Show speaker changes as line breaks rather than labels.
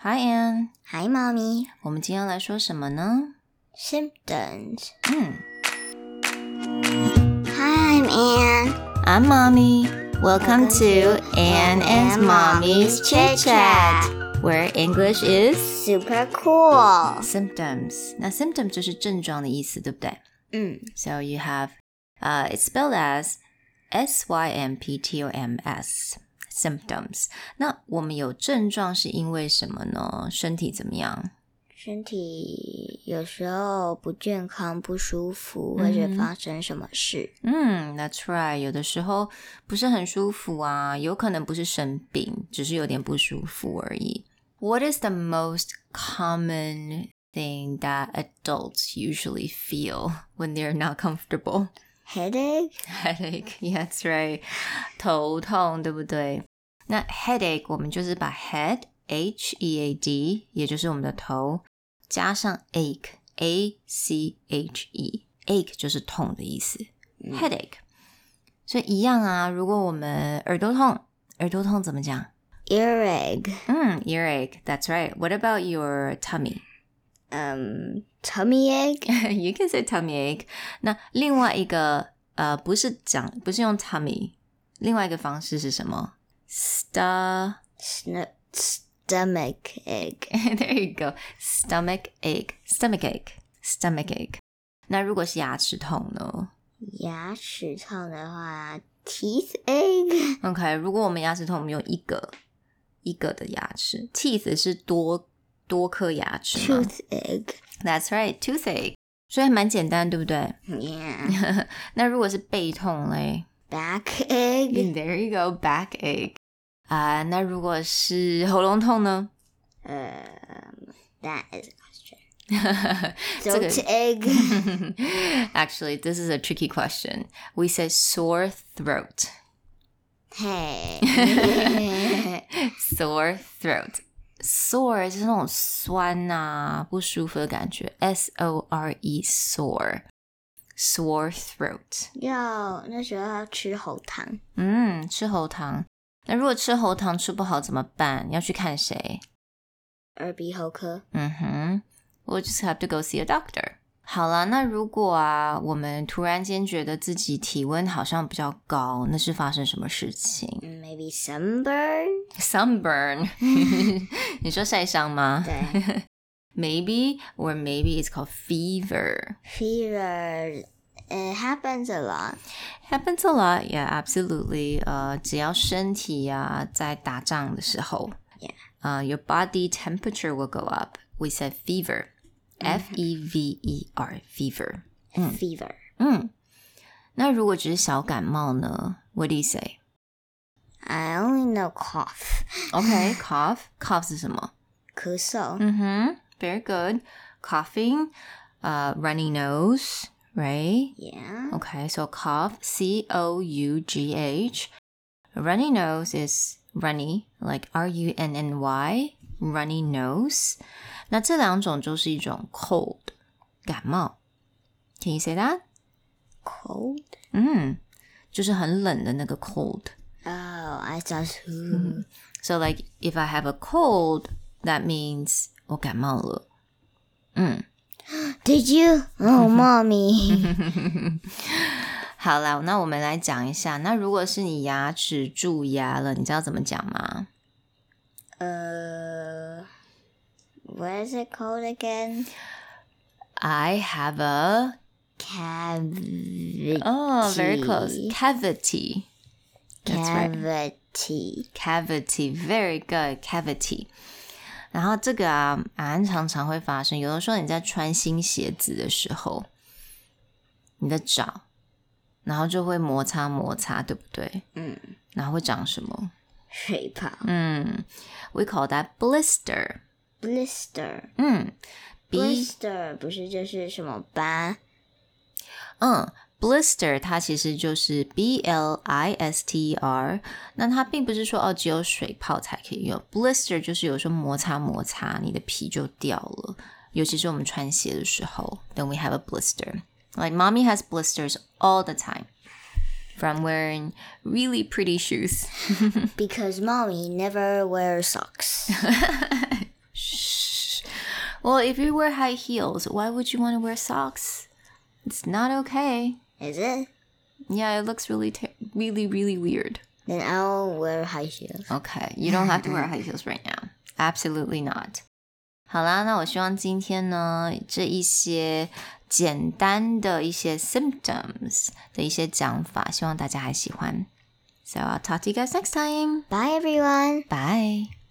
Hi Anne，
嗨，猫咪
我们今天要来说什么呢？
，symptoms。
嗯
Hi, I'm Anne.
，I'm mommy. Welcome
Welcome
to
to
Anne and
Anne and
Mommy's
Mommy's
Chit
Chit
Chat,
Chat
where English is
Super cool.
symptoms. 那 symptom 就是症状的意思，对不对？
嗯
So you have, uh, it's spelled as S Y M P T O M S symptoms. 那我们有症状是因为什么呢？身体怎么样？
身体有时候不健康、不舒服，或者
嗯哼
发生什么事。
嗯，That's right。有的时候不是很舒服啊，有可能不是生病，只是有点不舒服而已。What is the most common thing that adults usually feel when they're not comfortable?
Headache?
Headache, yes, right. 头痛，对不对？那 headache 我们就是把 head h e a d，也就是我们的头，加上 ache a c h e ache 就是痛的意思、h e a d a c h 所以一样啊，如果我们耳朵痛，耳朵痛怎么讲？
Earache?
嗯，earache. That's right. What about your tummy?
Um, tummy ache?
you can say tummy ache. 那另外一个呃，不是讲，不是用 tummy，另外一个方式是什么？Sta
Sn- stomach ache?
there you go. Stomach ache. Stomach ache. Stomach ache. 那如果是牙齿痛呢
牙齿痛的话，teeth ache？
？OK，如果我们牙齿痛，我们用一个一个的牙齿，teeth 是多多颗牙齿吗
Tooth ache?
That's right, toothache. 所以还蛮简单，对不对？
Yeah.
那如果是背痛嘞
Back ache?
？There you go, backache. 啊、那如果是喉咙痛呢？
Um, that is a question.
这个
Throat ache?
Actually, this is a tricky question. We say sore throat.
Hey.
sore throat. Sore 就是那种酸呐、不舒服的感觉。S O R E sore. Sore throat.
要那时候要吃喉糖，
嗯，吃喉糖。那如果吃喉糖吃不好怎么办？要去看谁？
耳鼻喉科。
嗯
Mm-hmm.
哼，We'll just have to go see a doctor。好了，那如果啊，我们突然间觉得自己体温好像比较高，那是发生什么事情
嗯，maybe sunburn。
？Sunburn，你说晒伤吗
对
？Maybe or maybe it's called fever.
，fever。It happens a lot。
Happens a lot, yeah, absolutely. 呃，只要身体呀、在打仗的时候
Yeah.
呃、y o u r body temperature will go up. We said fever,
Mm-hmm。
F E V E R, fever.
Fever。
嗯，那如果只是小感冒呢？What do you say?
I only know cough。
OK, cough. Cough 是什么？
咳嗽。
嗯哼，Very good. Coughing, 呃、runny nose, right?
Yeah。
Okay, so cough, C O U G H. Runny nose is runny, like R U N N Y, runny nose. 那这两种就是一种 cold 感冒。Can you say that?
Cold。
嗯，就是很冷的那个 cold。
Oh, I just who.
So like if I have a cold, that means 我感冒了。嗯，
Did you? Oh, mommy.
好啦，那我们来讲一下。那如果是你牙齿蛀牙了，你知道怎么讲吗？
呃 Uh, what is it called again?
I have a
Cavity.
oh very
Cavity.
close cavity. That's right.
Cavity.
Cavity, very good cavity. 然后这个啊，俺常常会发生。有的时候你在穿新鞋子的时候，你的脚，然后就会摩擦摩擦，对不对？
嗯，
然后会长什么？
水泡。
嗯，we call that blister。
Blister.
嗯，b
Blister 不是就是什么 疤？
嗯，blister 它其实就是 b l i s t e r，那它并不是说哦只有水泡才可以用，blister 就是有时候摩擦摩擦，你的皮就掉了，尤其是我们穿鞋的时候，then we have a blister。Like mommy has blisters all the time from wearing really pretty shoes.
Because mommy never wears socks.
Well, if you wear high heels, why would you want to wear socks? It's not okay.
Is it?
Yeah, it looks really, ter- really, really weird.
Then I'll wear high heels.
Okay, you don't have to wear high heels right now. Absolutely not. 好啦，那我希望今天呢，这一些简单的一些 symptoms 的一些讲法，希望大家还喜欢。So I'll talk to you guys next time.
Bye everyone.
Bye.